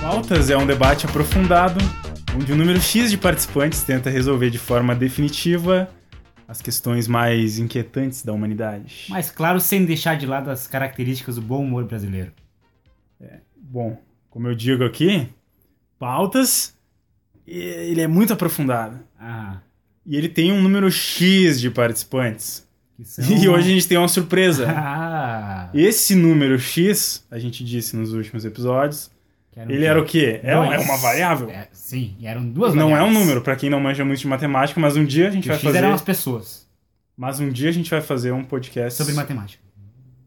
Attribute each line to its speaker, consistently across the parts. Speaker 1: perguntas é um debate aprofundado, onde um número X de participantes tenta resolver de forma definitiva as questões mais inquietantes da humanidade.
Speaker 2: Mas claro, sem deixar de lado as características do bom humor brasileiro.
Speaker 1: Bom, como eu digo aqui, pautas, e- ele é muito aprofundado.
Speaker 2: Ah,
Speaker 1: E ele tem um número X de participantes.
Speaker 2: que são...
Speaker 1: E hoje a gente tem uma surpresa.
Speaker 2: Ah,
Speaker 1: Esse número X, a gente disse nos últimos episódios,
Speaker 2: que eram
Speaker 1: ele era o quê? É, um- é
Speaker 2: Dois.
Speaker 1: uma variável.
Speaker 2: É, sim, e eram duas
Speaker 1: não é um
Speaker 2: variáveis.
Speaker 1: número, pra quem não manja muito de matemática, mas um dia a gente
Speaker 2: E o
Speaker 1: vai
Speaker 2: X
Speaker 1: fazer.
Speaker 2: eram as pessoas, É
Speaker 1: Mas um dia a gente vai fazer um podcast
Speaker 2: sobre matemática.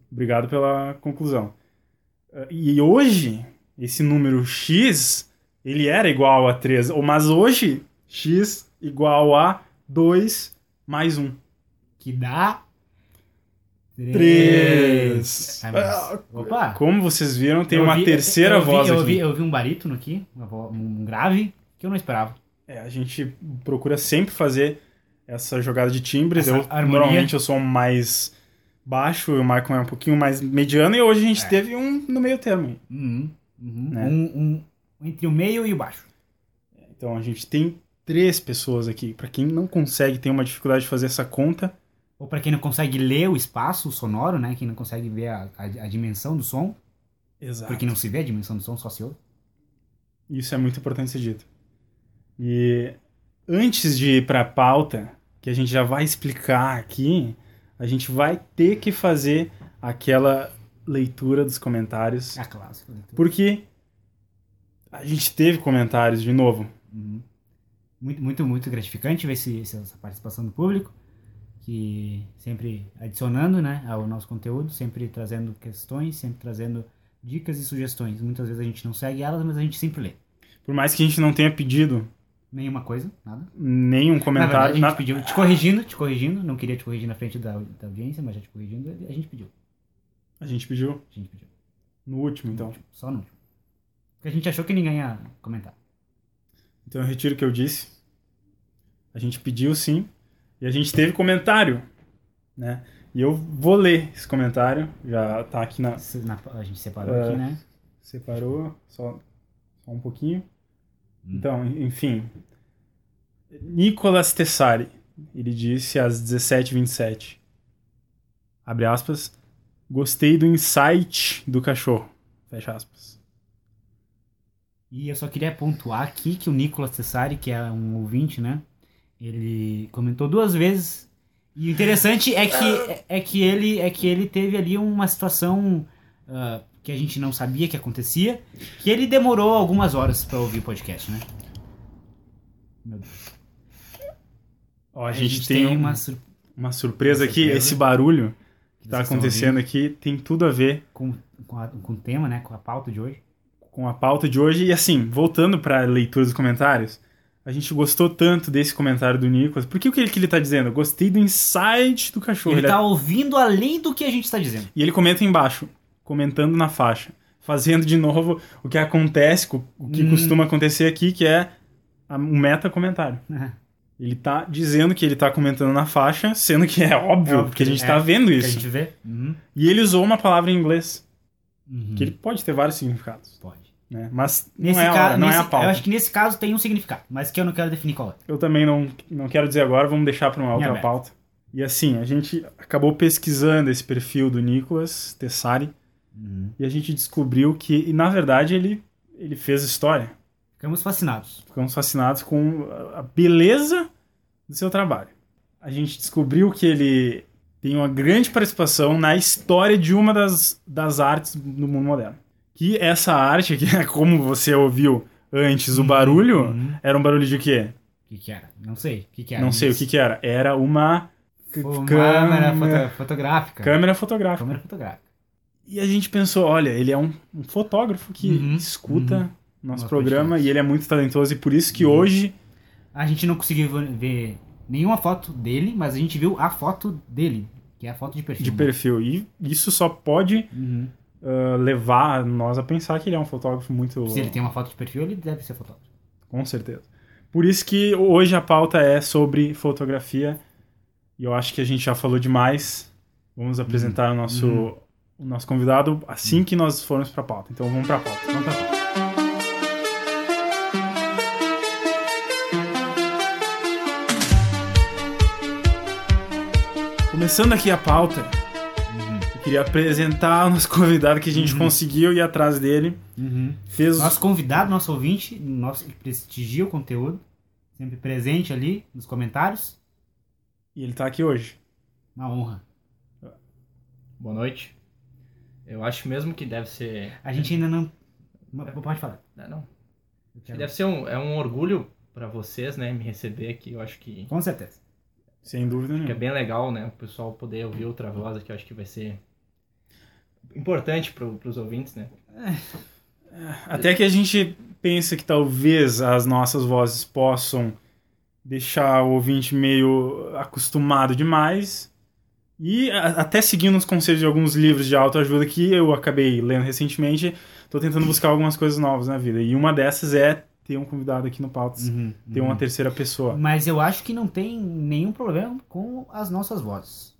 Speaker 1: Obrigado pela conclusão. Eh, E hoje, esse número x, ele era igual a 3, ou- mas hoje, x igual a 2 mais 1.
Speaker 2: Que dá...
Speaker 1: Três.
Speaker 2: Ai, mas- É, Opa!
Speaker 1: Como vocês viram, tem
Speaker 2: Eu
Speaker 1: uma
Speaker 2: vi-
Speaker 1: terceira
Speaker 2: eu vi-
Speaker 1: voz
Speaker 2: eu
Speaker 1: aqui.
Speaker 2: Vi, eu vi um barítono aqui, uma vo- um grave, que eu não esperava.
Speaker 1: É, a gente procura sempre fazer essa jogada de timbres.
Speaker 2: Essa
Speaker 1: Eu,
Speaker 2: harmonia.
Speaker 1: normalmente eu sou um mais baixo, o Michael é um pouquinho mais mediano, e hoje a gente
Speaker 2: É.
Speaker 1: teve um no meio termo.
Speaker 2: Uhum, uhum.
Speaker 1: Né?
Speaker 2: Um- um- entre o meio e o baixo.
Speaker 1: Então a gente tem três pessoas aqui. Pra quem não consegue, tem uma dificuldade de fazer essa conta,
Speaker 2: Ou pra quem não consegue ler o espaço sonoro, né? Quem não consegue ver a, a- a dimensão do som,
Speaker 1: Exato.
Speaker 2: porque não se vê a dimensão do som, só se ouve.
Speaker 1: Isso é muito importante ser dito. E antes de ir para a pauta, que a gente já vai explicar aqui, a gente vai ter que fazer aquela leitura dos comentários,
Speaker 2: É A clássica. né? leitura.
Speaker 1: porque a gente teve comentários de novo.
Speaker 2: Uhum. Muito, muito, muito gratificante ver esse, esse- essa participação do público, que sempre adicionando né, ao nosso conteúdo, sempre trazendo questões, sempre trazendo dicas e sugestões. Muitas vezes a gente não segue elas, mas a gente sempre lê.
Speaker 1: Por mais que a gente não tenha pedido
Speaker 2: Nenhuma coisa, nada.
Speaker 1: nenhum
Speaker 2: Na verdade,
Speaker 1: comentário,
Speaker 2: a gente
Speaker 1: na-
Speaker 2: pediu, te corrigindo, te corrigindo, não queria te corrigir na frente da, da audiência, mas já te corrigindo, a gente pediu.
Speaker 1: a gente pediu
Speaker 2: A gente pediu.
Speaker 1: no último, então.
Speaker 2: Só no último. Porque a gente achou que ninguém ia comentar.
Speaker 1: Então eu retiro o que eu disse. A gente pediu sim. E a gente teve comentário. Né? E eu vou ler esse comentário. Já tá aqui na.
Speaker 2: Se- na- a gente separou
Speaker 1: É.
Speaker 2: aqui, né?
Speaker 1: Separou só, só um pouquinho.
Speaker 2: Hum.
Speaker 1: Então, enfim. Nicolas Tessari. Ele disse às 17h27. Abre aspas. Gostei do insight do cachorro. Fecha aspas.
Speaker 2: E eu só queria pontuar aqui que o Nicolas Cessari, que é um ouvinte, né? Ele comentou duas vezes. E o interessante é que, é que, ele, é que ele teve ali uma situação ah, que a gente não sabia que acontecia, que ele demorou algumas horas pra ouvir o podcast, né? Meu Deus. É,
Speaker 1: Ó, a, gente, tem, um-
Speaker 2: uma sur-
Speaker 1: uma surpresa
Speaker 2: uma
Speaker 1: aqui.
Speaker 2: surpresa.
Speaker 1: Esse barulho
Speaker 2: que
Speaker 1: que tá
Speaker 2: vocês estão
Speaker 1: acontecendo aqui tem tudo a ver
Speaker 2: ouvindo com, com, a- com o tema, né? Com a pauta de hoje.
Speaker 1: com a pauta de hoje. E assim, voltando para a leitura dos comentários, a gente gostou tanto desse comentário do Nicolas. Por que o que ele, que ele tá dizendo? Eu gostei do insight do cachorro.
Speaker 2: Ele
Speaker 1: Ele-
Speaker 2: tá ouvindo além do que a gente tá dizendo.
Speaker 1: E ele comenta embaixo, comentando na faixa, fazendo de novo o que acontece, co- o que
Speaker 2: Hum.
Speaker 1: costuma acontecer aqui, que é a- um meta comentário. Ele tá dizendo que ele tá comentando na faixa, sendo que é óbvio,
Speaker 2: óbvio,
Speaker 1: porque a gente
Speaker 2: é,
Speaker 1: tá vendo
Speaker 2: Que a
Speaker 1: isso.
Speaker 2: gente vê. Uhum.
Speaker 1: E ele usou uma palavra em inglês,
Speaker 2: Uhum.
Speaker 1: que ele pode ter vários significados,
Speaker 2: Pode.
Speaker 1: né? Mas
Speaker 2: Nesse
Speaker 1: não, é, a
Speaker 2: ca-
Speaker 1: hora, não é
Speaker 2: nesse-
Speaker 1: a pauta.
Speaker 2: Eu acho que nesse caso tem um significado, mas que eu não quero definir qual é.
Speaker 1: Eu também não, não quero dizer agora, vamos deixar para uma
Speaker 2: Em
Speaker 1: outra
Speaker 2: aberto.
Speaker 1: pauta. E assim, a gente acabou pesquisando esse perfil do Nicolas Tessari e a gente descobriu que, e na verdade, ele, ele fez história.
Speaker 2: Ficamos fascinados.
Speaker 1: Ficamos fascinados com a- a beleza do seu trabalho. A gente descobriu que ele tem uma grande participação na história de uma das, das artes do mundo moderno. Que essa arte, que é como você ouviu antes, o barulho,
Speaker 2: Uhum.
Speaker 1: era um barulho de quê?
Speaker 2: O que, que era? Não sei. O que, que era?
Speaker 1: Não sei o que que era. Era uma c-
Speaker 2: Pô, Câmera
Speaker 1: câmera,
Speaker 2: foto- fotográfica.
Speaker 1: câmera fotográfica.
Speaker 2: Câmera fotográfica.
Speaker 1: E a gente pensou, olha, ele é um, um fotógrafo que
Speaker 2: Uhum,
Speaker 1: escuta nosso
Speaker 2: Nosso
Speaker 1: programa
Speaker 2: podcast.
Speaker 1: e ele é muito talentoso e por isso que
Speaker 2: Uhum.
Speaker 1: hoje
Speaker 2: A gente não conseguiu ver nenhuma foto dele, mas a gente viu a foto dele, que é a foto de perfil.
Speaker 1: de
Speaker 2: né?
Speaker 1: perfil e isso só pode
Speaker 2: Uhum.
Speaker 1: ah, levar nós a pensar que ele é um fotógrafo muito
Speaker 2: Se ele tem uma foto de perfil, ele deve ser fotógrafo.
Speaker 1: com certeza. Por isso que hoje a pauta é sobre fotografia e eu acho que a gente já falou demais. Vamos apresentar o nosso
Speaker 2: Uhum.
Speaker 1: o nosso convidado assim que nós formos para pauta. Então vamos para pauta.
Speaker 2: Vamos pra foto.
Speaker 1: Começando aqui a pauta, eu queria apresentar o nosso convidado que a gente conseguiu ir atrás dele.
Speaker 2: Uhum.
Speaker 1: Fez
Speaker 2: Nosso convidado, nosso ouvinte, nosso que prestigia o conteúdo, sempre presente ali nos comentários.
Speaker 1: e ele tá aqui hoje.
Speaker 2: Uma honra.
Speaker 3: Boa noite. Eu acho mesmo que deve ser.
Speaker 2: A gente ainda não. Ma- Pode falar.
Speaker 3: Ah, Não.
Speaker 2: Eu quero-
Speaker 3: Deve ser um, é um orgulho pra vocês, né? Me receber aqui. Eu acho que,
Speaker 2: Com certeza.
Speaker 1: Sem dúvida
Speaker 3: que é
Speaker 1: nenhuma.
Speaker 3: bem legal, né? O pessoal poder ouvir outra voz aqui. Eu acho que vai ser importante pro, pros ouvintes, né?
Speaker 1: Até que a gente pensa que talvez as nossas vozes possam deixar o ouvinte meio acostumado demais. E a- até seguindo os conselhos de alguns livros de autoajuda que eu acabei lendo recentemente, tô tentando buscar algumas coisas novas na vida. E uma dessas é ter um convidado aqui no Pautas,
Speaker 2: Uhum,
Speaker 1: ter
Speaker 2: uhum.
Speaker 1: uma terceira pessoa.
Speaker 2: Mas eu acho que não tem nenhum problema com as nossas vozes.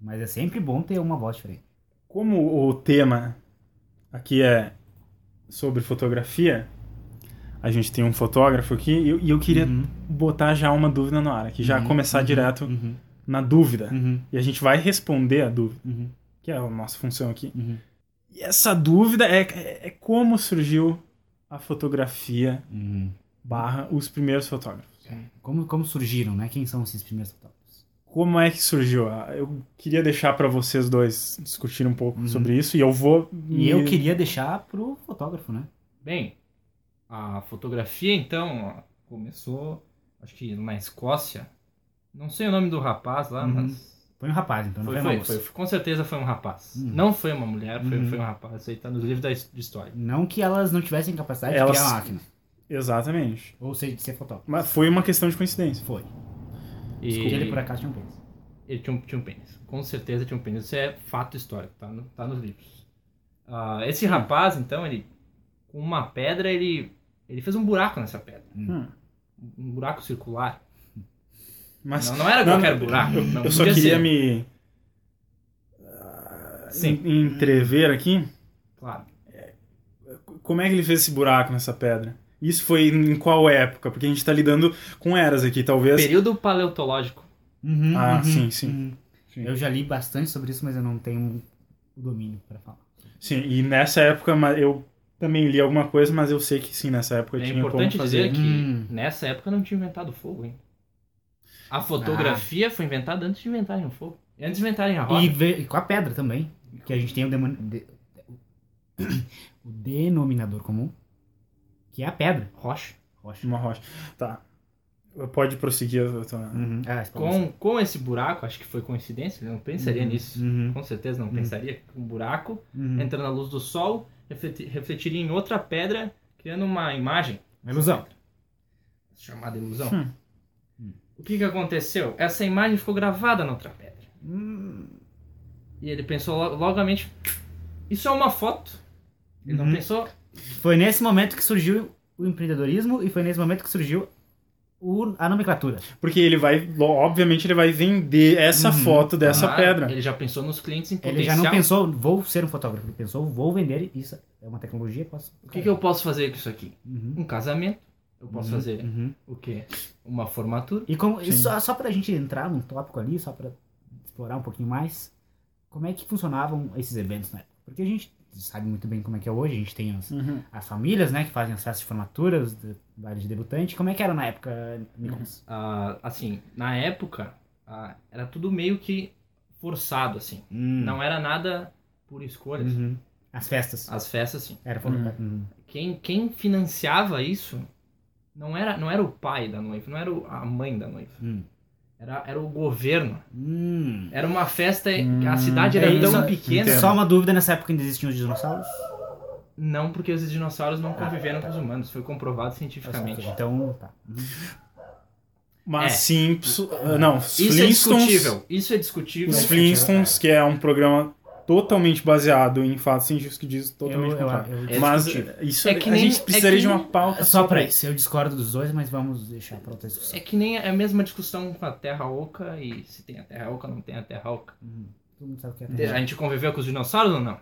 Speaker 2: Mas é sempre bom ter uma voz diferente.
Speaker 1: Como o tema aqui é sobre fotografia, a gente tem um fotógrafo aqui e eu, e eu queria
Speaker 2: Uhum,
Speaker 1: botar já uma dúvida no ar aqui, já
Speaker 2: Uhum,
Speaker 1: começar
Speaker 2: uhum,
Speaker 1: direto
Speaker 2: uhum,
Speaker 1: na dúvida.
Speaker 2: uhum,
Speaker 1: E a gente vai responder a dúvida,
Speaker 2: uhum,
Speaker 1: que é a nossa função aqui.
Speaker 2: uhum,
Speaker 1: E essa dúvida é, é- é como surgiu a fotografia
Speaker 2: uhum.
Speaker 1: barra os primeiros fotógrafos.
Speaker 2: Como, como surgiram, né? Quem são esses primeiros fotógrafos?
Speaker 1: Como é que surgiu? Ah, Eu queria deixar para vocês dois discutirem um pouco
Speaker 2: Uhum.
Speaker 1: sobre isso e eu vou...
Speaker 2: E eu queria deixar pro fotógrafo, né?
Speaker 3: Bem, a fotografia, então, ó, começou, acho que na Escócia. Não sei o nome do rapaz lá,
Speaker 2: Uhum.
Speaker 3: mas.
Speaker 2: Foi um rapaz, então, não
Speaker 3: Foi,
Speaker 2: foi,
Speaker 3: foi,
Speaker 2: uma moça.
Speaker 3: foi. Com certeza foi um rapaz.
Speaker 2: Uhum.
Speaker 3: Não foi uma mulher, foi,
Speaker 2: Uhum.
Speaker 3: foi um rapaz. Isso aí tá nos livros da his- de história.
Speaker 2: Não que elas não tivessem capacidade
Speaker 1: Elas-
Speaker 2: de criar uma máquina.
Speaker 1: Exatamente.
Speaker 2: Ou seja, de ser fotógrafo.
Speaker 1: Mas foi uma questão de coincidência.
Speaker 2: Foi.
Speaker 3: E...
Speaker 2: Desculpa, ele por acaso tinha um pênis.
Speaker 3: Ele tinha um, tinha um pênis. Com certeza tinha um pênis. Isso é fato histórico, tá, no- tá nos livros. Ah, esse rapaz, então, ele com uma pedra, ele, ele fez um buraco nessa pedra.
Speaker 1: Hum.
Speaker 3: Um buraco circular.
Speaker 1: Mas
Speaker 3: Não, não era
Speaker 1: Não,
Speaker 3: qualquer
Speaker 1: não,
Speaker 3: buraco. não
Speaker 1: eu só
Speaker 3: podia
Speaker 1: queria
Speaker 3: ser.
Speaker 1: me ah,
Speaker 3: Sim,
Speaker 1: en- entrever aqui.
Speaker 3: claro.
Speaker 1: Como é que ele fez esse buraco nessa pedra? Isso foi em qual época? Porque a gente tá lidando com eras aqui, talvez.
Speaker 3: Período paleontológico.
Speaker 2: Uhum,
Speaker 1: Ah,
Speaker 2: uhum,
Speaker 1: sim, sim.
Speaker 2: uhum.
Speaker 1: Sim.
Speaker 2: Eu já li bastante sobre isso, mas eu não tenho o domínio pra falar.
Speaker 1: Sim, e nessa época mas eu também li alguma coisa, mas eu sei que sim, nessa época
Speaker 3: É
Speaker 1: tinha
Speaker 3: importante
Speaker 1: como fazer.
Speaker 3: dizer que
Speaker 2: Hum.
Speaker 3: nessa época não tinha inventado fogo, hein? A
Speaker 1: Ah.
Speaker 3: fotografia foi inventada antes de inventarem o fogo. E Antes de inventarem a roda.
Speaker 2: E, ve- e com a pedra também, que a gente tem o, demon- de- o denominador comum, que é a pedra.
Speaker 3: Rocha.
Speaker 2: Rocha.
Speaker 1: Uma rocha. Tá. Pode prosseguir. Eu tô...
Speaker 2: Uhum. Ah,
Speaker 3: Com, com esse buraco, acho que foi coincidência, ele não pensaria nisso.
Speaker 2: Uhum.
Speaker 3: Com certeza não
Speaker 2: Uhum.
Speaker 3: pensaria. Um buraco
Speaker 2: Uhum.
Speaker 3: entrando na luz do sol, refleti- refletiria em outra pedra, criando uma imagem.
Speaker 2: Uma É ilusão.
Speaker 3: Chamada ilusão.
Speaker 1: Hum.
Speaker 3: O que, que aconteceu? Essa imagem ficou gravada na outra pedra.
Speaker 2: Hum.
Speaker 3: E ele pensou lo- logamente: Isso é uma foto. Ele
Speaker 2: Uhum.
Speaker 3: não pensou.
Speaker 2: Foi nesse momento que surgiu o empreendedorismo e foi nesse momento que surgiu o- a nomenclatura.
Speaker 1: Porque ele vai, lo- obviamente, ele vai vender essa
Speaker 2: Uhum.
Speaker 1: foto dessa
Speaker 3: "Ah,
Speaker 1: pedra.
Speaker 3: Ele já pensou nos clientes em
Speaker 2: Ele
Speaker 3: potencial.
Speaker 2: já não pensou, vou ser um fotógrafo, ele pensou, vou vender isso. É uma tecnologia, posso.
Speaker 3: O que, que eu posso fazer com isso aqui?
Speaker 2: Uhum.
Speaker 3: Um casamento. Eu posso
Speaker 2: Uhum.
Speaker 3: fazer
Speaker 2: Uhum.
Speaker 3: o quê? Uma formatura.
Speaker 2: E, como, e
Speaker 1: Sim.
Speaker 2: só, só pra gente entrar num tópico ali, só pra explorar um pouquinho mais, como é que funcionavam esses eventos na época? Porque a gente sabe muito bem como é que é hoje, a gente tem as,
Speaker 3: É.
Speaker 1: Uhum.
Speaker 2: as famílias, né, que fazem as festas de formatura, os de, bailes de debutante. Como é que era na época, Nicolas?
Speaker 3: Ah, assim, na época, ah, era tudo meio que forçado, assim.
Speaker 2: Hum.
Speaker 1: Hum.
Speaker 3: Não era nada por escolha. assim.
Speaker 2: Uhum. As festas.
Speaker 3: As festas, assim.
Speaker 2: Era
Speaker 1: Uhum.
Speaker 2: uhum.
Speaker 3: Quem, quem financiava isso não era, não era o pai da noiva, não era o- a mãe da noiva.
Speaker 2: Uhum.
Speaker 3: Era, era o governo.
Speaker 2: Hum.
Speaker 3: Era uma festa,
Speaker 1: Hum,
Speaker 3: a cidade era
Speaker 2: é
Speaker 3: tão
Speaker 2: isso.
Speaker 3: pequena.
Speaker 1: Entendo.
Speaker 2: Só uma dúvida, nessa época ainda existiam os dinossauros?
Speaker 3: Não porque os dinossauros não conviveram com os humanos, foi comprovado cientificamente.
Speaker 2: Então, tá. Uhum.
Speaker 1: Mas
Speaker 3: É.
Speaker 1: sim. su- ah, Não, os
Speaker 3: Isso é
Speaker 1: Flintstones-
Speaker 3: discutível, isso é discutível.
Speaker 1: Os Flintstones, que é um programa totalmente baseado em fatos científicos que diz totalmente
Speaker 2: Eu- eu-
Speaker 1: contrário.
Speaker 2: eu-
Speaker 3: É
Speaker 1: mas
Speaker 3: discutível.
Speaker 1: isso
Speaker 3: É que
Speaker 1: a
Speaker 3: nem-
Speaker 1: gente
Speaker 3: é
Speaker 1: precisaria
Speaker 3: que
Speaker 1: de uma
Speaker 3: nem-
Speaker 1: pauta
Speaker 2: Só pra
Speaker 1: sobre
Speaker 2: isso, eu discordo dos dois, mas vamos deixar pra outra discussão.
Speaker 3: É que nem a mesma discussão com a Terra Oca e se tem a Terra Oca não tem a Terra Oca.
Speaker 2: Uhum. Todo mundo sabe o que é
Speaker 3: A gente conviveu com os dinossauros ou não?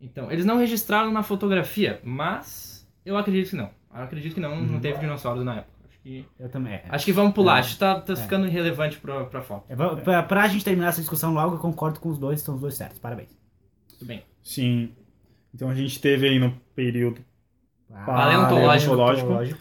Speaker 3: Então, eles não registraram na fotografia, mas eu acredito que não. Eu acredito que não,
Speaker 2: Uhum.
Speaker 3: não teve dinossauros na época. Acho que que.
Speaker 2: Eu também. é.
Speaker 3: Acho que vamos pular,
Speaker 2: É.
Speaker 3: acho que tá, tá
Speaker 2: É.
Speaker 3: ficando irrelevante pra, pra foto.
Speaker 2: É, va- pra, pra gente terminar essa discussão logo, eu concordo com os dois, estão os dois certos. Parabéns.
Speaker 3: Tudo bem.
Speaker 1: Sim. Então a gente teve aí no período
Speaker 3: Paleontológico.
Speaker 1: paleontológico,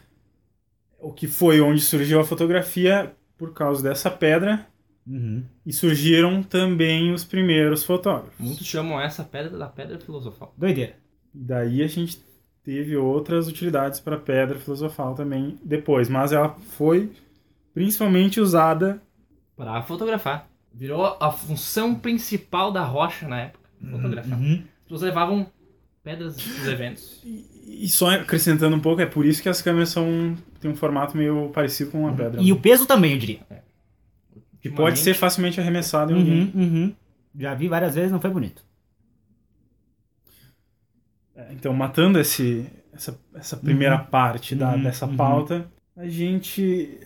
Speaker 1: o que foi onde surgiu a fotografia por causa dessa pedra
Speaker 2: Uhum.
Speaker 1: e surgiram também os primeiros fotógrafos.
Speaker 3: Muitos chamam essa pedra da pedra filosofal.
Speaker 2: Doideira.
Speaker 1: E Daí a gente teve outras utilidades para a pedra filosofal também depois, mas ela foi principalmente usada
Speaker 3: Pra fotografar. Virou a função principal da rocha na época. Fotografar.
Speaker 2: Uhum.
Speaker 3: As pessoas levavam pedras dos eventos.
Speaker 1: e e só acrescentando um pouco, é por isso que as câmeras são têm um formato meio parecido com uma pedra.
Speaker 2: E o peso também, eu diria.
Speaker 1: que pode ser facilmente arremessado em alguém.
Speaker 2: Uhum, uhum. Já vi várias vezes, não foi bonito.
Speaker 1: É, Então, matando esse, essa, essa primeira parte da,
Speaker 2: Uhum,
Speaker 1: dessa
Speaker 2: uhum.
Speaker 1: pauta, a gente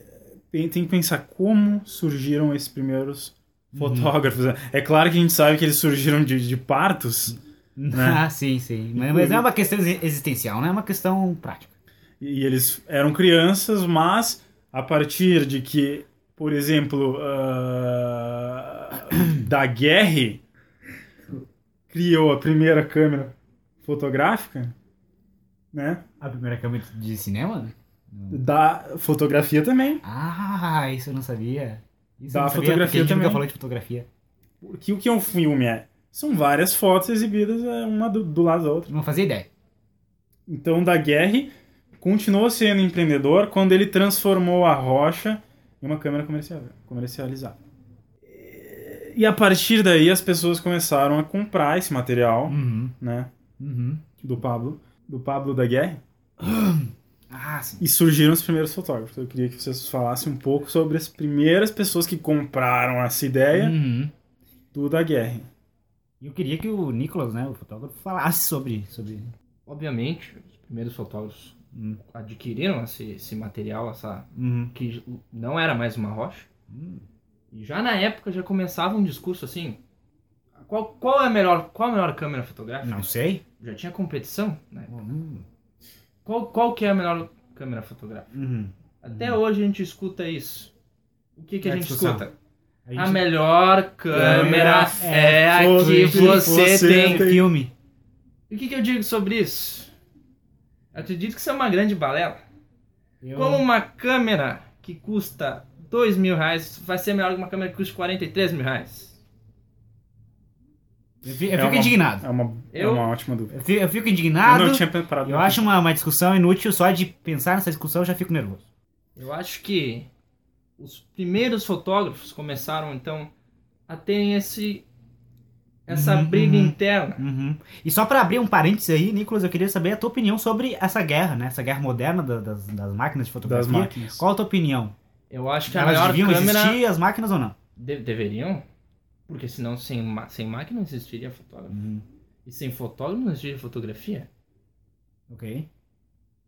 Speaker 1: tem, tem que pensar como surgiram esses primeiros
Speaker 2: Uhum.
Speaker 1: fotógrafos. né? É claro que a gente sabe que eles surgiram de, de partos, Né?
Speaker 2: Ah, sim, sim. Mas, mas é uma questão exi- existencial, não é uma questão prática.
Speaker 1: e eles eram crianças, mas a partir de que, por exemplo, ah, da Guerre criou a primeira câmera fotográfica, né?
Speaker 2: A primeira câmera de cinema? Uhum.
Speaker 1: Da fotografia também.
Speaker 2: Ah, isso eu não sabia. Isso
Speaker 1: Da
Speaker 2: eu não sabia,
Speaker 1: fotografia
Speaker 2: porque a gente nunca
Speaker 1: também.
Speaker 2: falou de fotografia.
Speaker 1: Porque o que é um filme é? São várias fotos exibidas é, uma do, do lado da outra.
Speaker 2: Não fazia ideia.
Speaker 1: Então, Daguerre continuou sendo empreendedor quando ele transformou a rocha em uma câmera comercial, comercializada. E a partir daí as pessoas começaram a comprar esse material,
Speaker 2: Uhum,
Speaker 1: né,
Speaker 2: uhum.
Speaker 1: do Pablo, do Pablo Daguerre,
Speaker 2: Ah, sim.
Speaker 1: e surgiram os primeiros fotógrafos. Eu queria que vocês falassem um pouco sobre as primeiras pessoas que compraram essa ideia
Speaker 2: Uhum.
Speaker 1: do Daguerre.
Speaker 2: E eu queria que o Nicolas, né, o fotógrafo, falasse sobre. sobre...
Speaker 3: Obviamente, os primeiros fotógrafos
Speaker 2: Hum.
Speaker 3: adquiriram esse, esse material, essa
Speaker 2: Uhum.
Speaker 3: que não era mais uma rocha.
Speaker 2: Hum.
Speaker 3: E já na época já começava um discurso assim. Qual, qual é a melhor, qual a melhor câmera fotográfica?
Speaker 2: Não sei.
Speaker 3: Já tinha competição, né?
Speaker 1: Hum.
Speaker 2: Uhum.
Speaker 3: Qual, qual que é a melhor câmera fotográfica?
Speaker 1: Hum.
Speaker 2: Uhum.
Speaker 3: Até hoje a gente escuta isso. O que, que a
Speaker 2: É a
Speaker 3: gente
Speaker 2: discussão.
Speaker 3: escuta?
Speaker 2: A gente
Speaker 3: A melhor câmera
Speaker 1: Câmera
Speaker 3: é a que
Speaker 1: fotográfica que
Speaker 3: você
Speaker 1: você
Speaker 3: tem.
Speaker 2: tem filme.
Speaker 3: E o que, que eu digo sobre isso? Eu acredito que isso é uma grande balela.
Speaker 2: Eu...
Speaker 3: Como uma câmera que custa 2 mil reais vai ser melhor que uma câmera que custa 43 mil reais?
Speaker 2: Eu fi- eu
Speaker 1: É
Speaker 2: fico
Speaker 1: uma-
Speaker 2: indignado.
Speaker 1: É uma, é
Speaker 3: Eu-
Speaker 1: uma ótima dúvida.
Speaker 2: Eu fi- eu fico,
Speaker 1: Eu
Speaker 2: indignado.
Speaker 1: não tinha preparado.
Speaker 2: Eu acho uma, uma discussão inútil, só de pensar nessa discussão eu já fico nervoso.
Speaker 3: Eu acho que os primeiros fotógrafos começaram então a terem esse essa
Speaker 2: Uhum,
Speaker 3: briga
Speaker 2: uhum.
Speaker 3: interna.
Speaker 2: Uhum. E só pra abrir um parênteses aí, Nicolas, eu queria saber a tua opinião sobre essa guerra, né? Essa guerra moderna da- das, das máquinas de
Speaker 1: das
Speaker 2: fotografia.
Speaker 1: máquinas.
Speaker 2: Qual a tua opinião?
Speaker 3: Eu acho que a
Speaker 2: Elas
Speaker 3: melhor
Speaker 2: deviam
Speaker 3: câmera
Speaker 2: existir, as máquinas ou não?
Speaker 3: de- deveriam, porque senão sem ma- sem máquina não existiria fotógrafo
Speaker 2: Uhum.
Speaker 3: e sem fotógrafo não existiria fotografia
Speaker 2: Ok.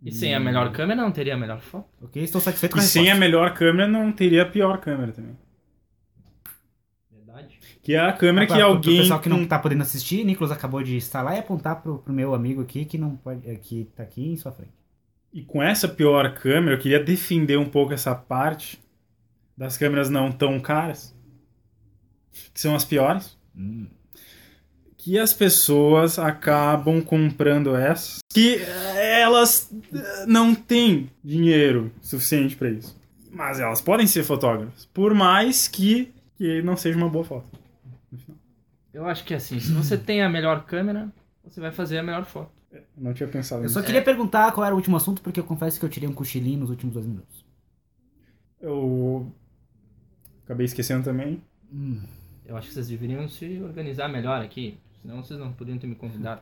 Speaker 3: e sem a melhor
Speaker 2: Uhum.
Speaker 3: câmera não teria a melhor foto.
Speaker 2: Ok, estou satisfeito com
Speaker 1: E
Speaker 2: a
Speaker 1: sem a
Speaker 2: resposta.
Speaker 1: melhor câmera, não teria a pior câmera também.
Speaker 3: Verdade.
Speaker 1: Que é a câmera
Speaker 2: Pra-
Speaker 1: que
Speaker 2: Ah, pro- pro
Speaker 1: alguém.
Speaker 2: pessoal que não tá podendo assistir, Nicolas acabou de instalar e apontar pro, pro meu amigo aqui que não pode, é, que tá aqui em sua frente.
Speaker 1: E com essa pior câmera, eu queria defender um pouco essa parte das câmeras não tão caras, que são as piores,
Speaker 2: Hum.
Speaker 1: que as pessoas acabam comprando essas, que eh, elas eh, não têm dinheiro suficiente para isso. Mas elas podem ser fotógrafas, por mais que, que não seja uma boa foto.
Speaker 3: Eu acho que é assim, se você tem a melhor câmera, você vai fazer a melhor foto.
Speaker 1: Eu não tinha pensado
Speaker 2: Eu
Speaker 1: nisso.
Speaker 2: só queria perguntar qual era o último assunto, porque eu confesso que eu tirei um cochilinho nos últimos dois minutos.
Speaker 1: É, Eu acabei esquecendo também.
Speaker 2: Hum,
Speaker 3: Eu acho que vocês deveriam se organizar melhor aqui, senão vocês não poderiam ter me convidado.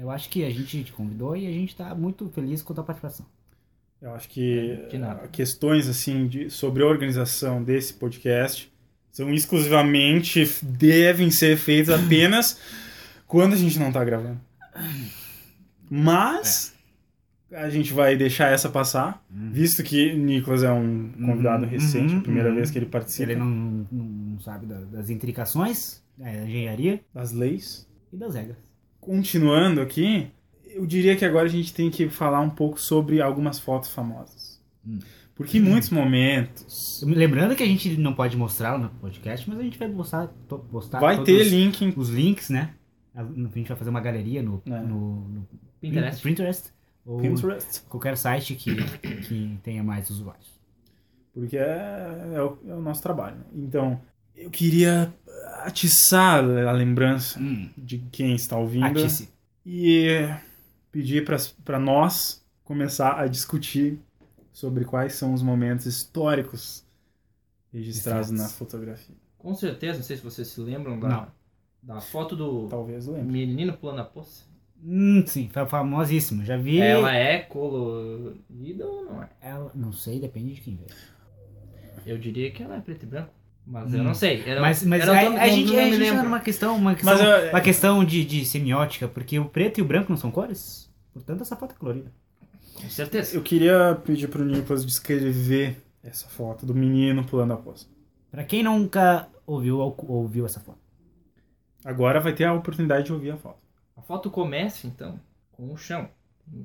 Speaker 2: Eu acho que a gente te convidou e a gente tá muito feliz com a tua participação.
Speaker 1: Eu acho que
Speaker 3: De nada.
Speaker 2: É.
Speaker 1: eh, questões assim de, sobre a organização desse podcast são exclusivamente devem ser feitas apenas quando a gente não tá gravando. Mas a gente vai deixar essa passar,
Speaker 2: Hum.
Speaker 1: visto que Nicolas é um convidado
Speaker 2: Uhum,
Speaker 1: recente,
Speaker 2: uhum,
Speaker 1: a primeira
Speaker 2: uhum.
Speaker 1: vez que ele
Speaker 2: Se
Speaker 1: participa
Speaker 2: ele não, não sabe da- das intricações da engenharia
Speaker 1: das leis.
Speaker 2: e das regras.
Speaker 1: Continuando aqui, eu diria que agora a gente tem que falar um pouco sobre algumas fotos famosas.
Speaker 2: Hum.
Speaker 1: Porque em muitos momentos
Speaker 2: Lembrando que a gente não pode mostrar no podcast, mas a gente vai postar, to- postar
Speaker 1: vai
Speaker 2: Tá todos
Speaker 1: ter link em
Speaker 2: os links, né? A a gente vai fazer uma galeria no,
Speaker 1: É.
Speaker 2: no, no
Speaker 3: Pinterest.
Speaker 2: Pinterest ou
Speaker 1: Pinterest.
Speaker 2: qualquer site que, que tenha mais usuários.
Speaker 1: Porque é, é o, é o nosso trabalho. né? Então, eu queria atiçar a lembrança
Speaker 2: Hum,
Speaker 1: de quem está ouvindo
Speaker 2: atice.
Speaker 1: e pedir para nós começar a discutir sobre quais são os momentos históricos registrados na
Speaker 2: Registrados.
Speaker 1: fotografia.
Speaker 3: Com certeza, não sei se vocês se lembram da,
Speaker 2: Não.
Speaker 3: da foto do
Speaker 1: Talvez eu lembre.
Speaker 3: menino pulando a poça.
Speaker 2: Hum, sim, foi famosíssimo. Já vi.
Speaker 3: Ela é colorida ou não é?
Speaker 2: Ela- não sei, depende de quem vê.
Speaker 3: Eu diria que ela é preto e branco. Mas eu
Speaker 2: Hum.
Speaker 3: não sei. Era,
Speaker 2: Mas, mas
Speaker 3: era
Speaker 2: a,
Speaker 3: todo-
Speaker 2: a gente,
Speaker 3: não
Speaker 2: a
Speaker 3: me
Speaker 2: gente
Speaker 3: lembro.
Speaker 2: tá numa questão, uma questão,
Speaker 1: Mas eu-
Speaker 2: uma questão de, de semiótica, porque o preto e o branco não são cores? Portanto, essa foto é colorida.
Speaker 3: Com certeza.
Speaker 1: eu queria pedir pro Nicolas descrever essa foto do menino pulando a poça.
Speaker 2: Pra quem nunca ouviu, ouviu essa foto.
Speaker 1: Agora vai ter a oportunidade de ouvir a foto.
Speaker 3: A foto começa, então, com o chão.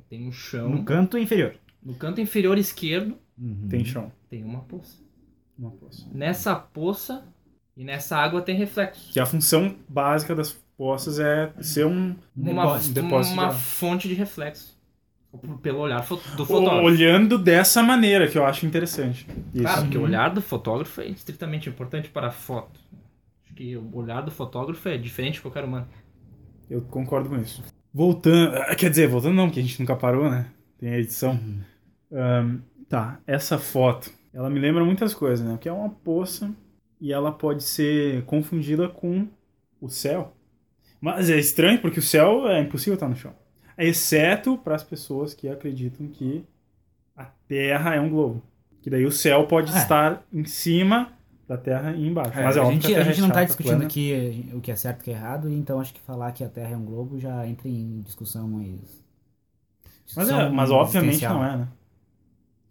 Speaker 3: Tem um chão.
Speaker 1: Então,
Speaker 2: No canto inferior.
Speaker 3: No canto inferior esquerdo
Speaker 2: Uhum.
Speaker 1: Tem chão,
Speaker 3: tem uma poça.
Speaker 1: uma poça.
Speaker 3: Nessa poça e nessa água tem reflexo.
Speaker 1: Que a função básica das poças é ser um
Speaker 3: Uma,
Speaker 2: Depósito.
Speaker 1: depósito
Speaker 3: uma
Speaker 1: de-
Speaker 3: fonte de reflexo. P- Pelo olhar fo- do fotógrafo.
Speaker 1: olhando dessa maneira que eu acho interessante. Isso.
Speaker 3: Claro, porque o
Speaker 2: Uhum.
Speaker 3: olhar do fotógrafo é estritamente importante para a foto. Acho que o olhar do fotógrafo é diferente de qualquer humano.
Speaker 1: Eu concordo com isso. Voltando, ah, quer dizer, voltando não, porque a gente nunca parou, né? Tem a edição.
Speaker 2: Uhum.
Speaker 1: Ahn, tá, essa foto, ela me lembra muitas coisas, né? Porque é uma poça e ela pode ser confundida com o céu. Mas é estranho porque o céu é impossível estar no chão. Exceto para as pessoas que acreditam que a Terra é um globo. Que daí o céu pode
Speaker 2: É.
Speaker 1: estar em cima da Terra e embaixo. Mas é
Speaker 2: a
Speaker 1: óbvio
Speaker 2: gente,
Speaker 1: que a
Speaker 2: a
Speaker 1: Terra
Speaker 2: gente não
Speaker 1: é
Speaker 2: tá
Speaker 1: chata,
Speaker 2: discutindo
Speaker 1: plana.
Speaker 2: aqui o que é certo e o que é errado, então acho que falar que a Terra é um globo já entra em discussão mais.
Speaker 1: Mas, é,
Speaker 2: discussão
Speaker 1: mas obviamente
Speaker 2: existencial.
Speaker 1: não é, né?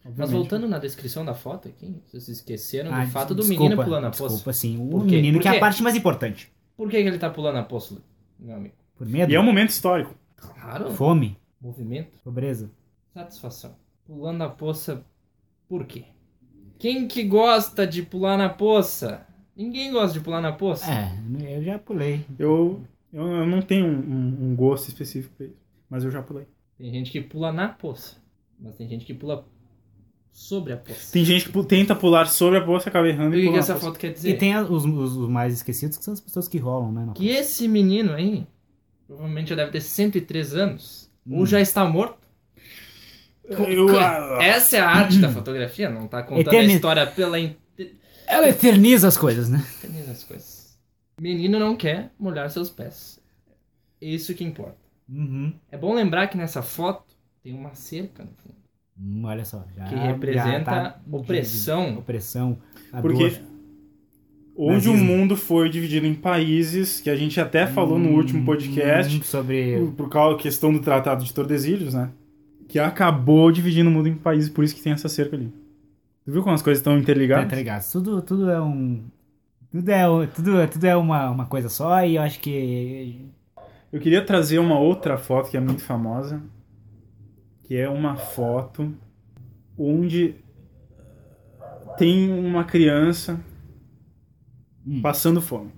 Speaker 3: Mas
Speaker 1: Obviamente.
Speaker 3: voltando na descrição da foto aqui, vocês esqueceram do
Speaker 2: Ah,
Speaker 3: fato do
Speaker 2: desculpa,
Speaker 3: menino pulando a poça.
Speaker 2: Desculpa, sim. O
Speaker 3: Por quê?
Speaker 2: menino
Speaker 3: Por
Speaker 2: que é
Speaker 3: quê?
Speaker 2: a parte mais importante.
Speaker 3: Por que, que ele tá pulando a poça, meu amigo?
Speaker 2: Por medo,
Speaker 1: E é um momento histórico.
Speaker 3: Claro,
Speaker 2: fome,
Speaker 3: movimento,
Speaker 2: pobreza.
Speaker 3: satisfação. Pulando a poça, por quê? Quem que gosta de pular na poça? Ninguém gosta de pular na poça.
Speaker 2: É, eu já pulei.
Speaker 1: Eu, eu, eu não tenho um, um- um gosto específico pra isso. Mas eu já pulei.
Speaker 3: Tem gente que pula na poça, mas tem gente que pula sobre a poça.
Speaker 1: Tem gente que pu- tenta pular sobre a poça, acaba
Speaker 3: E o
Speaker 1: errando e
Speaker 3: que, que
Speaker 1: pula
Speaker 3: essa
Speaker 1: na poça.
Speaker 3: foto quer dizer?
Speaker 2: E tem a- os, os- os mais esquecidos, que são as pessoas que rolam, né? na
Speaker 3: Que esse menino aí, provavelmente já deve ter 103 anos, ou
Speaker 2: Hum.
Speaker 3: já está morto.
Speaker 1: Eu, ah,
Speaker 3: Essa é a arte da fotografia, não tá contando
Speaker 2: Eterni-
Speaker 3: a história pela
Speaker 2: Ela eterniza as coisas, né?
Speaker 3: internet, as coisas. Menino não quer molhar seus pés. É Isso que importa.
Speaker 2: Uhum.
Speaker 3: É bom lembrar que nessa foto tem uma cerca no fundo,
Speaker 2: Hum, olha só. Já,
Speaker 3: que
Speaker 2: já
Speaker 3: representa
Speaker 2: tá-
Speaker 3: opressão.
Speaker 2: Opressão. A
Speaker 1: Porque
Speaker 2: dor.
Speaker 1: onde o
Speaker 2: Nazismo.
Speaker 1: mundo foi dividido em países, que a gente até falou no último podcast,
Speaker 2: Hum, sobre.
Speaker 1: por- por causa da questão do Tratado de Tordesilhas, né? Que acabou dividindo o mundo em países, por isso que tem essa cerca ali. Tu viu como as coisas estão
Speaker 2: Tá
Speaker 1: interligadas?
Speaker 2: entregado. Tudo, tudo é um. Tudo é, um- tudo, tudo é uma, uma coisa só e eu acho que.
Speaker 1: Eu queria trazer uma outra foto que é muito famosa, que é uma foto onde eh, tem uma criança
Speaker 2: Hum.
Speaker 1: passando fome.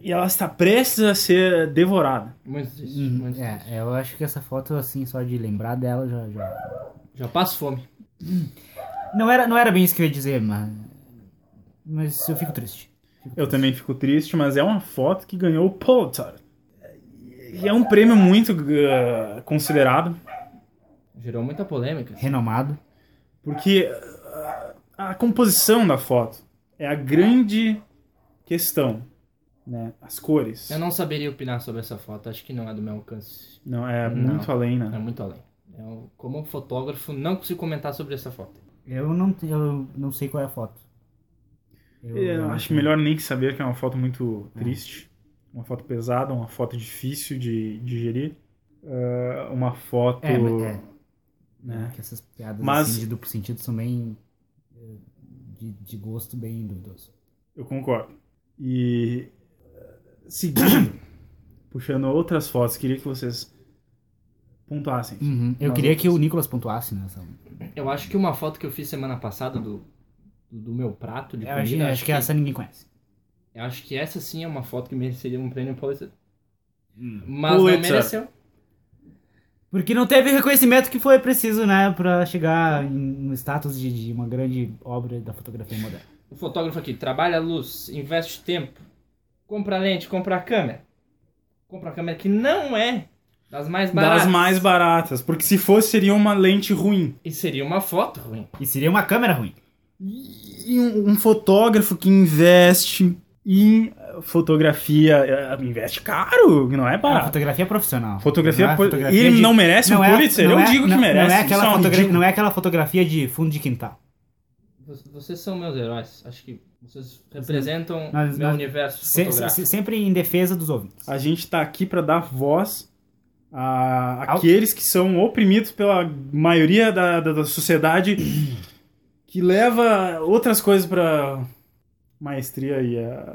Speaker 1: E ela está prestes a ser devorada.
Speaker 3: Muito triste,
Speaker 2: Hum,
Speaker 3: muito triste.
Speaker 2: é, eu acho que essa foto, assim, só de lembrar dela já. já-
Speaker 3: Já passo fome.
Speaker 2: Não, era, não era bem isso que eu ia dizer, mas. Mas eu fico triste.
Speaker 1: Eu também fico triste, mas é uma foto que ganhou o Pulitzer. E é um prêmio muito eh, considerado.
Speaker 3: Gerou muita polêmica.
Speaker 2: Renomado.
Speaker 1: Porque ah, a composição da foto é a grande questão, né? As cores.
Speaker 3: Eu não saberia opinar sobre essa foto, acho que não é do meu alcance.
Speaker 1: Não, é
Speaker 3: Não.
Speaker 1: muito além,
Speaker 3: É
Speaker 1: né?
Speaker 3: muito além. Eu, como fotógrafo, não consigo comentar sobre essa foto.
Speaker 2: Eu não, te- eu não sei qual é a foto.
Speaker 1: É, Eu acho melhor nem saber que é uma foto muito triste, uma foto pesada, uma foto difícil de digerir, ah, uma foto...
Speaker 2: É, mas é.
Speaker 1: né?
Speaker 2: Que essas piadas
Speaker 1: Mas-
Speaker 2: assim, de duplo sentido são bem. eh, De, de gosto bem duvidoso.
Speaker 1: Eu concordo. E ah, eh, seguindo, puxando outras fotos, queria que vocês pontuassem.
Speaker 2: Uhum. Eu
Speaker 1: Nós
Speaker 2: queria
Speaker 1: outros.
Speaker 2: que o Nicolas pontuasse nessa.
Speaker 3: Eu acho que uma foto que eu fiz semana passada do, do meu prato de
Speaker 2: Eu
Speaker 3: comida.
Speaker 2: acho, eu acho que é essa ninguém conhece.
Speaker 3: eu acho que essa sim é uma foto que mereceria um prêmio Pulitzer.
Speaker 2: Hum.
Speaker 3: Mas não
Speaker 1: Pulitzer.
Speaker 3: mereceu.
Speaker 2: Porque não teve o reconhecimento que foi preciso, né, pra chegar em- no status de, de uma grande obra da fotografia moderna.
Speaker 3: O fotógrafo aqui trabalha a luz, investe tempo, compra lente, compra a câmera. Compra a câmera que não é das mais baratas.
Speaker 1: Das mais baratas. Porque se fosse, seria uma lente ruim.
Speaker 3: E seria uma foto ruim.
Speaker 2: E seria uma câmera ruim.
Speaker 1: E um, um fotógrafo que investe em eh, fotografia. eh, Investe caro, que não é
Speaker 2: É uma
Speaker 1: barato.
Speaker 2: fotografia profissional.
Speaker 1: Fotografia,
Speaker 2: Não é
Speaker 1: por-
Speaker 2: fotografia
Speaker 1: ele
Speaker 2: de-
Speaker 1: não merece um
Speaker 2: é-
Speaker 1: Pulitzer? Eu
Speaker 2: não é-
Speaker 1: digo que
Speaker 2: não-
Speaker 1: merece.
Speaker 2: Não é,
Speaker 1: isso
Speaker 2: aquela
Speaker 1: um
Speaker 2: fotogra-
Speaker 1: ridículo.
Speaker 2: não é aquela fotografia de fundo de quintal.
Speaker 3: Vo- Vocês são meus heróis. Acho que vocês representam
Speaker 2: Nós-
Speaker 3: meu
Speaker 2: nós-
Speaker 3: universo
Speaker 2: Se-
Speaker 3: fotográfico.
Speaker 2: se- sempre em defesa dos ouvintes.
Speaker 1: A gente tá aqui pra dar voz a
Speaker 2: Ao-
Speaker 1: aqueles que são oprimidos pela maioria da, da, da sociedade que leva outras coisas pra maestria e a...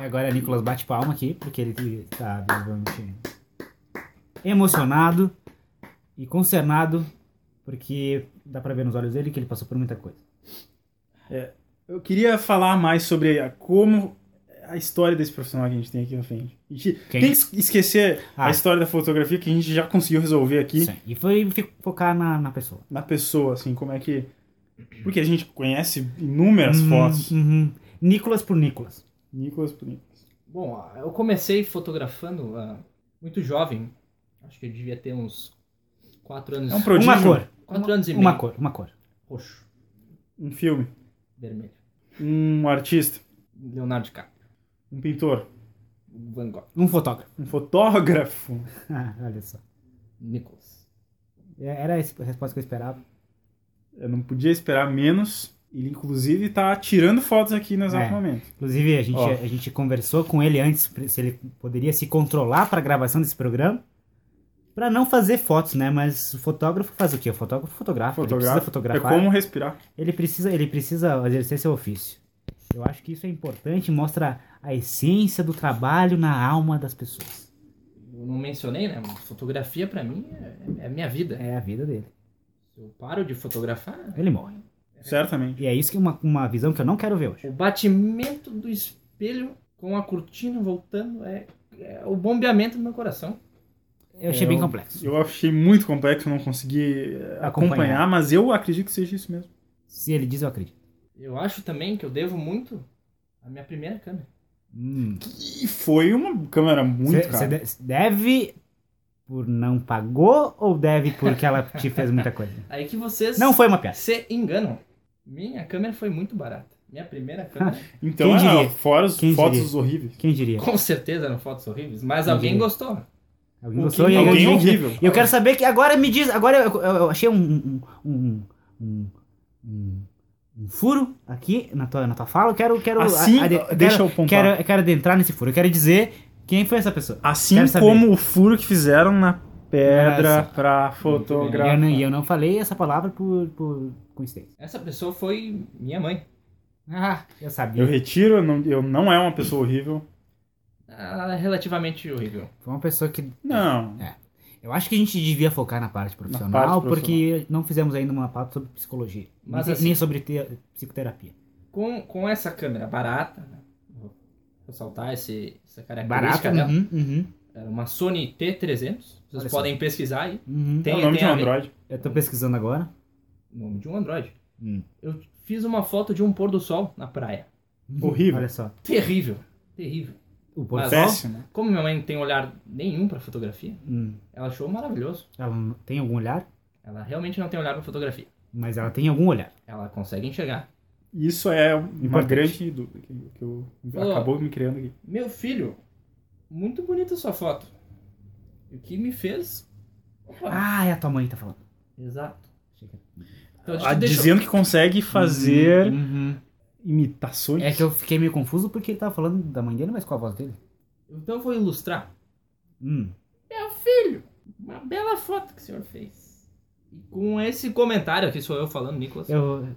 Speaker 2: E agora o Nicolas bate palma aqui, porque ele tá provavelmente emocionado e concernado, porque dá pra ver nos olhos dele que ele passou por muita coisa.
Speaker 1: Eu queria falar mais sobre a, como a história desse profissional que a gente tem aqui na frente. A gente
Speaker 2: Quem?
Speaker 1: tem que es- esquecer
Speaker 2: Ah.
Speaker 1: a história da fotografia que a gente já conseguiu resolver aqui
Speaker 2: Sim. E foi fi- focar na, na pessoa.
Speaker 1: na pessoa, assim, como é que... Porque a gente conhece inúmeras
Speaker 2: Uhum,
Speaker 1: É, fotos.
Speaker 2: uhum. Nicolas por Nicolas.
Speaker 1: Nicolas por Nicolas.
Speaker 3: Bom, ah, eu comecei fotografando ah, muito jovem. Acho que eu devia ter uns 4 anos.
Speaker 1: É um prodígio.
Speaker 2: Uma cor.
Speaker 3: Quatro
Speaker 2: Uma-
Speaker 3: anos e
Speaker 2: Uma
Speaker 3: meio.
Speaker 2: cor, uma cor.
Speaker 3: Roxo,
Speaker 1: Um filme.
Speaker 3: vermelho.
Speaker 1: Um artista.
Speaker 3: Leonardo DiCaprio,
Speaker 1: Um pintor.
Speaker 3: Van Gogh,
Speaker 2: Um fotógrafo.
Speaker 1: Um fotógrafo.
Speaker 2: Ah, olha só.
Speaker 3: Nicholas.
Speaker 2: É, Era esse- a resposta que eu esperava.
Speaker 1: Eu não podia esperar menos. Ele, inclusive, tá tirando fotos aqui no exato
Speaker 2: É.
Speaker 1: momento.
Speaker 2: Inclusive, a gente,
Speaker 1: Ó.
Speaker 2: a gente conversou com ele antes pra- se ele poderia se controlar pra gravação desse programa. Pra não fazer fotos, né? Mas o fotógrafo faz o quê? O fotógrafo fotografa. Ele precisa
Speaker 1: É
Speaker 2: fotografar.
Speaker 1: como respirar.
Speaker 2: Ele precisa, ele precisa exercer seu ofício. Eu acho que isso é importante, mostra a essência do trabalho na alma das pessoas.
Speaker 3: Eu não mencionei, né? mas Fotografia pra mim é, é a minha vida.
Speaker 2: É a vida dele.
Speaker 3: Se eu paro de fotografar,
Speaker 2: Ele morre.
Speaker 1: Certamente.
Speaker 2: E é isso que é uma, uma visão que eu não quero ver hoje.
Speaker 3: o batimento do espelho com a cortina voltando é, é o bombeamento do meu coração.
Speaker 2: Eu achei
Speaker 1: É,
Speaker 2: bem
Speaker 1: eu-
Speaker 2: complexo.
Speaker 1: Eu achei muito complexo, não consegui eh, acompanhar,
Speaker 2: Acompanhar.
Speaker 1: mas eu acredito que seja isso mesmo.
Speaker 2: Se ele diz, eu acredito.
Speaker 3: Eu acho também que eu devo muito à minha primeira câmera.
Speaker 2: Hum.
Speaker 1: E foi uma câmera muito cara.
Speaker 2: Você deve por não pagou ou deve porque ela te fez muita coisa?
Speaker 3: Aí que vocês
Speaker 2: Não foi uma piada.
Speaker 3: se enganam. Minha câmera foi muito barata. Minha primeira câmera,
Speaker 1: Então,
Speaker 2: Quem
Speaker 1: ah,
Speaker 2: diria?
Speaker 1: fora as
Speaker 2: Quem
Speaker 1: fotos
Speaker 2: diria?
Speaker 1: horríveis.
Speaker 2: Quem diria?
Speaker 3: com certeza eram fotos horríveis, mas alguém
Speaker 2: Entendi.
Speaker 3: gostou.
Speaker 2: Alguém
Speaker 1: O
Speaker 2: gostou
Speaker 1: que-
Speaker 2: e
Speaker 1: alguém
Speaker 2: alguém-
Speaker 1: horrível.
Speaker 2: Eu quero saber que agora me diz. Agora eu, eu- eu achei um um, um, um- um- um furo aqui na tua, na tua fala. Eu quero quero
Speaker 1: Assim,
Speaker 2: a- a-
Speaker 1: deixa
Speaker 2: quero,
Speaker 1: eu apontar.
Speaker 2: Quero, eu quero adentrar nesse furo. Eu quero dizer quem foi essa pessoa.
Speaker 1: Assim
Speaker 2: Quero saber.
Speaker 1: como o furo que fizeram na pedra
Speaker 2: Nossa.
Speaker 1: pra
Speaker 2: E eu, não-
Speaker 1: fotografar.
Speaker 2: e eu não falei essa palavra por por coincidência.
Speaker 3: Essa pessoa foi minha mãe.
Speaker 2: Ah, eu sabia.
Speaker 1: Eu retiro, eu não, eu não é uma pessoa horrível.
Speaker 3: Ela é relativamente horrível.
Speaker 2: Foi uma pessoa que
Speaker 1: Não.
Speaker 2: Eu acho que a gente devia focar na parte profissional,
Speaker 1: parte
Speaker 2: porque não fizemos ainda uma pauta sobre psicologia.
Speaker 3: Mas
Speaker 2: nem,
Speaker 3: assim-
Speaker 2: nem sobre te- psicoterapia.
Speaker 3: Com, com essa câmera barata, né? vou ressaltar esse, essa característica
Speaker 2: Barata,
Speaker 3: dela.
Speaker 2: uhum, uhum,
Speaker 3: Era uma Sony T300. Vocês
Speaker 2: Olha só.
Speaker 3: podem pesquisar aí.
Speaker 2: uhum.
Speaker 1: É
Speaker 3: Tem-
Speaker 1: o nome
Speaker 3: tem
Speaker 1: de um
Speaker 3: a ver.
Speaker 1: Android.
Speaker 2: Eu tô pesquisando agora.
Speaker 3: o Nome de um Android.
Speaker 2: Hum.
Speaker 3: Eu fiz uma foto de um pôr do sol na praia.
Speaker 1: Horrível.
Speaker 2: Olha só.
Speaker 3: Terrível. Terrível.
Speaker 2: O pôr do
Speaker 3: Mas-
Speaker 2: sol.
Speaker 1: Péssimo.
Speaker 3: Como minha mãe não tem olhar nenhum pra fotografia,
Speaker 2: Hum.
Speaker 3: ela achou maravilhoso.
Speaker 2: Ela não- tem algum olhar,
Speaker 3: Ela realmente não tem olhar pra fotografia.
Speaker 2: mas ela tem algum olhar.
Speaker 3: Ela consegue enxergar.
Speaker 1: Isso é uma
Speaker 2: Importante.
Speaker 1: grande dúvida que, que eu,
Speaker 3: Falou.
Speaker 1: acabou me criando aqui.
Speaker 3: Meu filho, muito bonita sua foto. E O que me fez. Opa,
Speaker 2: Ah, é a tua mãe que tá falando.
Speaker 3: Exato.
Speaker 2: Achei que-
Speaker 3: Então,
Speaker 1: Ah,
Speaker 3: deixa-
Speaker 1: Dizendo que consegue fazer
Speaker 2: Uhum.
Speaker 1: imitações.
Speaker 2: É que eu fiquei meio confuso porque ele tava falando da mãe dele, mas com a voz dele.
Speaker 3: Então eu vou ilustrar.
Speaker 2: Hum.
Speaker 3: Meu filho, uma bela foto que o senhor fez. E com esse comentário aqui, sou eu falando, Nicolas.
Speaker 2: Eu.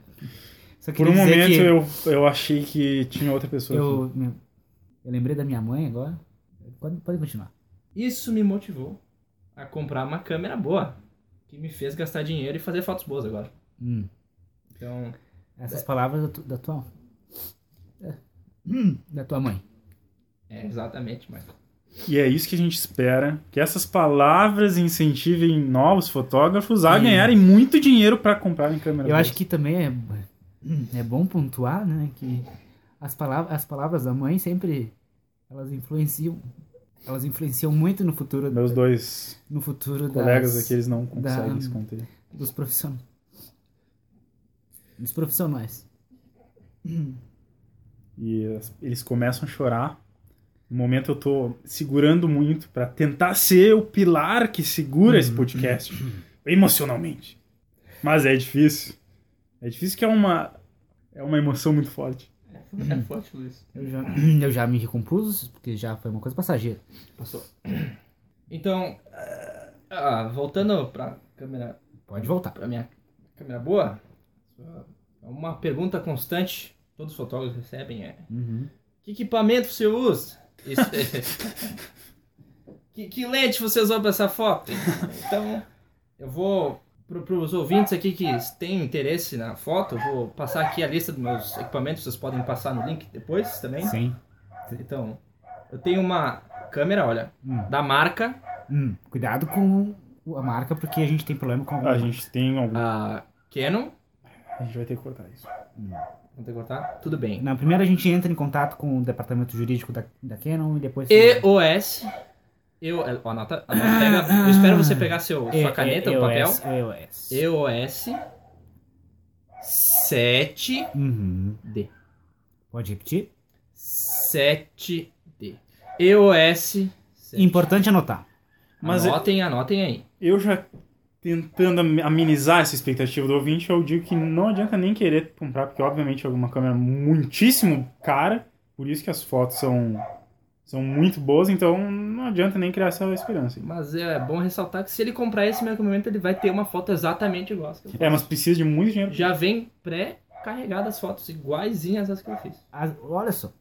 Speaker 2: Só
Speaker 1: Por
Speaker 2: queria
Speaker 1: um
Speaker 2: dizer
Speaker 1: momento
Speaker 2: que
Speaker 1: eu, eu achei que tinha outra pessoa. aqui.
Speaker 2: eu, eu lembrei da minha mãe agora. Pode, pode continuar.
Speaker 3: Isso me motivou a comprar uma câmera boa, que me fez gastar dinheiro e fazer fotos boas agora.
Speaker 2: Hum.
Speaker 3: Então,
Speaker 2: Essas palavras da, tu- da tua. É. Hum, Da tua mãe.
Speaker 3: é exatamente, Michael.
Speaker 1: E é isso que a gente espera, que essas palavras incentivem novos fotógrafos a ganharem muito dinheiro pra comprarem câmera.
Speaker 2: Eu acho que também é, é bom pontuar, né? Que as palavras, as palavras da mãe sempre elas influenciam. Elas influenciam muito no futuro,
Speaker 1: meus dois
Speaker 2: no futuro das,
Speaker 1: colegas aqui eles não
Speaker 2: da-
Speaker 1: conseguem se conter.
Speaker 2: dos profissionais. Dos profissionais.
Speaker 1: E as- eles começam a chorar. No momento eu tô segurando muito pra tentar ser o pilar que segura
Speaker 2: Uhum.
Speaker 1: esse podcast emocionalmente. Mas é difícil. É difícil que é uma é uma emoção muito forte.
Speaker 3: É forte, Luiz.
Speaker 2: Eu já, eu já me recompus, porque já foi uma coisa passageira.
Speaker 3: Passou. Então, ah, ah, voltando pra câmera,
Speaker 2: Pode voltar.
Speaker 3: pra minha câmera boa, é uma pergunta constante, todos os fotógrafos recebem, é
Speaker 2: Uhum.
Speaker 3: Que equipamento você usa? Isso- que, que lente você usou para essa foto? Então, eu vou para os ouvintes aqui que têm interesse na foto, eu vou passar aqui a lista dos meus equipamentos, vocês podem passar no link depois também.
Speaker 2: Sim.
Speaker 3: Então, eu tenho uma câmera, olha,
Speaker 2: Hum.
Speaker 3: da marca,
Speaker 2: Hum. Cuidado com o- a marca, porque a gente tem problema com
Speaker 1: A gente tem algum...
Speaker 3: a Canon.
Speaker 1: a gente vai ter que cortar isso.
Speaker 3: Vou ter que cortar? Tudo bem.
Speaker 2: Na primeira a gente entra em contato com o departamento jurídico da, da Canon e depois.
Speaker 3: EOS. Eu, ó, anota, anota, pega, eu espero você pegar seu,
Speaker 2: E-
Speaker 3: sua caneta,
Speaker 2: ah. É, e-
Speaker 3: o papel.
Speaker 2: EOS, EOS.
Speaker 3: EOS 7D.
Speaker 2: Uhum. Pode repetir?
Speaker 3: 7D. EOS 7.
Speaker 2: Importante anotar.
Speaker 1: Mas
Speaker 3: anotem, anotem aí.
Speaker 1: eu já tentando am- amenizar essa expectativa do ouvinte, eu digo que não adianta nem querer comprar, porque obviamente é uma câmera muitíssimo cara, por isso que as fotos são, são muito boas, então não adianta nem criar essa esperança.
Speaker 3: Mas é bom ressaltar que se ele comprar esse meu equipamento, ele vai ter uma foto exatamente igual. às que eu fiz.
Speaker 1: É, mas precisa de muito dinheiro.
Speaker 3: Já vem pré-carregadas fotos iguaizinhas às que eu fiz.
Speaker 2: As- Ah, olha só.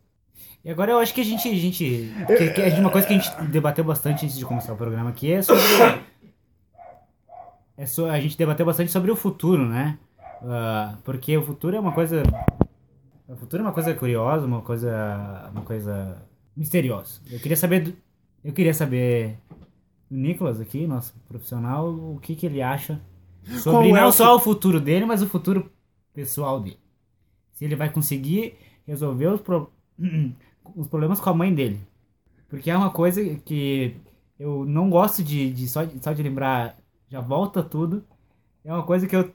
Speaker 2: E agora eu acho que a gente. A gente que- que é uma coisa que a gente debateu bastante antes de começar o programa aqui é sobre. É so, a gente debateu bastante sobre o futuro, né? Ah, porque o futuro é uma coisa. O futuro é uma coisa curiosa, uma coisa. uma coisa misteriosa. Eu queria saber. do- eu queria saber do Nicolas aqui, nosso profissional, o que, que ele acha sobre
Speaker 1: Qual é
Speaker 2: não
Speaker 1: o
Speaker 2: só o futuro dele, mas o futuro pessoal dele. Se ele vai conseguir resolver os, pro- os problemas com a mãe dele. Porque é uma coisa que eu não gosto de, de só, de- só de lembrar, já volta tudo. É uma coisa que eu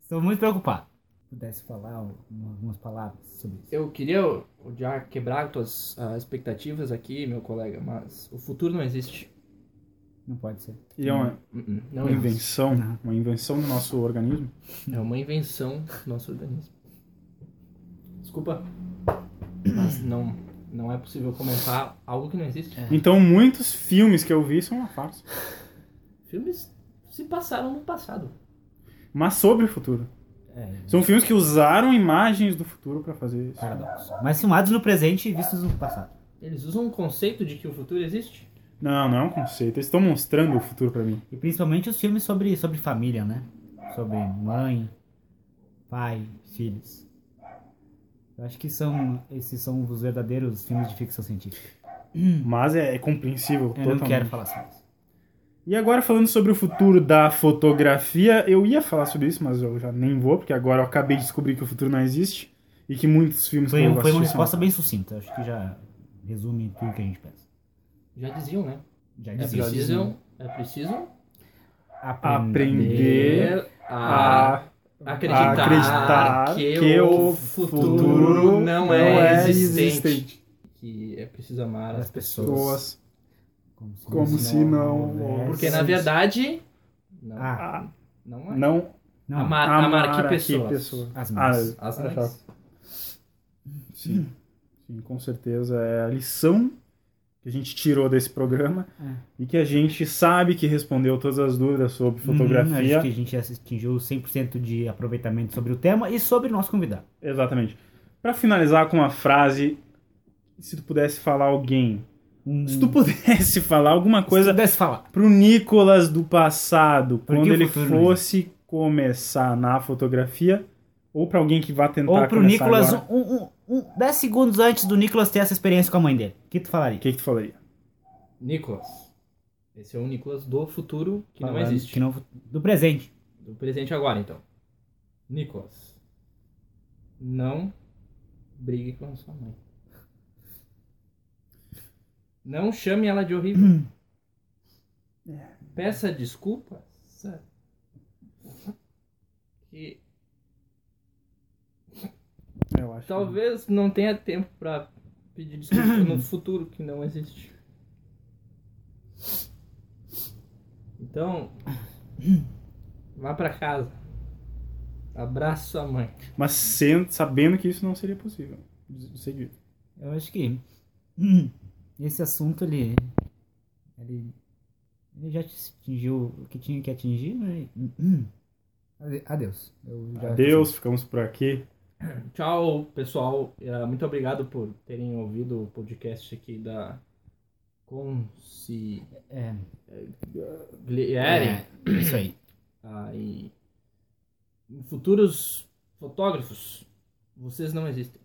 Speaker 2: estou muito preocupado. Se pudesse falar um- algumas palavras sobre isso.
Speaker 3: Eu queria ó, já quebrar tuas ah, expectativas aqui, meu colega, mas o futuro não existe.
Speaker 2: Não pode ser.
Speaker 1: E é uma,
Speaker 3: Uh-uh, Não
Speaker 1: uma
Speaker 3: existe.
Speaker 1: invenção, uma invenção do nosso organismo.
Speaker 3: É uma invenção do nosso organismo. Desculpa, mas não, não é possível comentar algo que não existe.
Speaker 1: Então muitos filmes que eu vi são uma farsa,
Speaker 3: Filmes se passaram no passado.
Speaker 1: mas sobre o futuro.
Speaker 2: É,
Speaker 1: São filmes que usaram imagens do futuro pra fazer isso.
Speaker 2: paradoxo. Mas filmados no presente e vistos no passado.
Speaker 3: Eles usam o conceito de que o futuro existe.
Speaker 1: Não, não é um conceito. Eles estão mostrando o futuro pra mim.
Speaker 2: E principalmente os filmes sobre, sobre família, né? Sobre mãe, pai, filhos. Eu acho que são esses são os verdadeiros filmes de ficção científica.
Speaker 1: Mas é, é compreensível
Speaker 2: Eu
Speaker 1: totalmente.
Speaker 2: não quero falar sobre isso.
Speaker 1: E agora falando sobre o futuro da fotografia, eu ia falar sobre isso, mas eu já nem vou, porque agora eu acabei de descobrir que o futuro não existe e que muitos filmes que eu
Speaker 2: Foi, foi uma
Speaker 1: assisti são-
Speaker 2: resposta bem sucinta. Acho que já resume tudo que a gente pensa.
Speaker 3: Já diziam, né?
Speaker 2: Já
Speaker 3: É
Speaker 2: dizia.
Speaker 3: preciso, é preciso
Speaker 1: Aprender
Speaker 3: ter a
Speaker 1: Ah,
Speaker 3: acreditar,
Speaker 1: acreditar
Speaker 3: que,
Speaker 1: que
Speaker 3: o
Speaker 1: o
Speaker 3: futuro,
Speaker 1: futuro
Speaker 3: não,
Speaker 1: não
Speaker 3: é,
Speaker 1: é
Speaker 3: existente.
Speaker 1: existente.
Speaker 3: Que é preciso amar as
Speaker 2: As pessoas.
Speaker 3: pessoas.
Speaker 1: pessoas.
Speaker 2: Como se,
Speaker 1: Como se não houvesse-
Speaker 3: Porque na verdade. Não,
Speaker 2: Ah,
Speaker 1: Ah,
Speaker 3: não é.
Speaker 1: não
Speaker 2: não.
Speaker 3: Amar, amar,
Speaker 1: amar
Speaker 3: que
Speaker 1: aqui
Speaker 3: pessoas.
Speaker 1: pessoa.
Speaker 2: As
Speaker 1: Ah,
Speaker 2: mães.
Speaker 3: As
Speaker 1: olha
Speaker 3: mães.
Speaker 1: só.
Speaker 2: Hum.
Speaker 1: Sim. Sim, com certeza é a lição que a gente tirou desse programa
Speaker 2: É.
Speaker 1: e que a gente sabe que respondeu todas as dúvidas sobre
Speaker 2: Uhum, acho
Speaker 1: fotografia.
Speaker 2: que a gente atingiu 100% de aproveitamento sobre o tema e sobre o nosso convidado.
Speaker 1: Exatamente. Pra finalizar com uma frase, se tu pudesse falar alguém
Speaker 2: um-
Speaker 1: Se tu pudesse falar alguma
Speaker 2: Se
Speaker 1: coisa
Speaker 2: pudesse falar.
Speaker 1: pro Nicolas do passado,
Speaker 2: Por que
Speaker 1: quando
Speaker 2: o
Speaker 1: ele
Speaker 2: futuro,
Speaker 1: fosse começar na fotografia, ou pra alguém que vá tentar
Speaker 2: Ou pro
Speaker 1: começar
Speaker 2: Nicolas,
Speaker 1: agora,
Speaker 2: um, um, um, 10 segundos antes do Nicolas ter essa experiência com a mãe dele. O que tu falaria?
Speaker 1: o que que tu falaria?
Speaker 3: Nicolas. Esse é o Nicolas do futuro que não
Speaker 2: Falando
Speaker 3: existe.
Speaker 2: que não- do presente.
Speaker 3: Do presente agora, então. Nicolas. Não brigue com a sua mãe. Não chame ela de horrível. Peça desculpas. sabe? E
Speaker 1: Eu acho. que-
Speaker 3: talvez não tenha tempo pra pedir desculpas no futuro que não existe. Então, vá pra casa. Abraça sua mãe.
Speaker 1: Mas sendo, sabendo que isso não seria possível. de ser dito.
Speaker 2: Eu acho que esse assunto ele, ele, ele já te atingiu o que tinha que atingir, né? Ade- Adeus. Eu já-
Speaker 1: Adeus, ficamos por aqui.
Speaker 3: Tchau, pessoal. Eh, Muito obrigado por terem ouvido o podcast aqui da Consigliere.
Speaker 2: É, é, isso aí.
Speaker 3: Ah, e futuros fotógrafos, vocês não existem.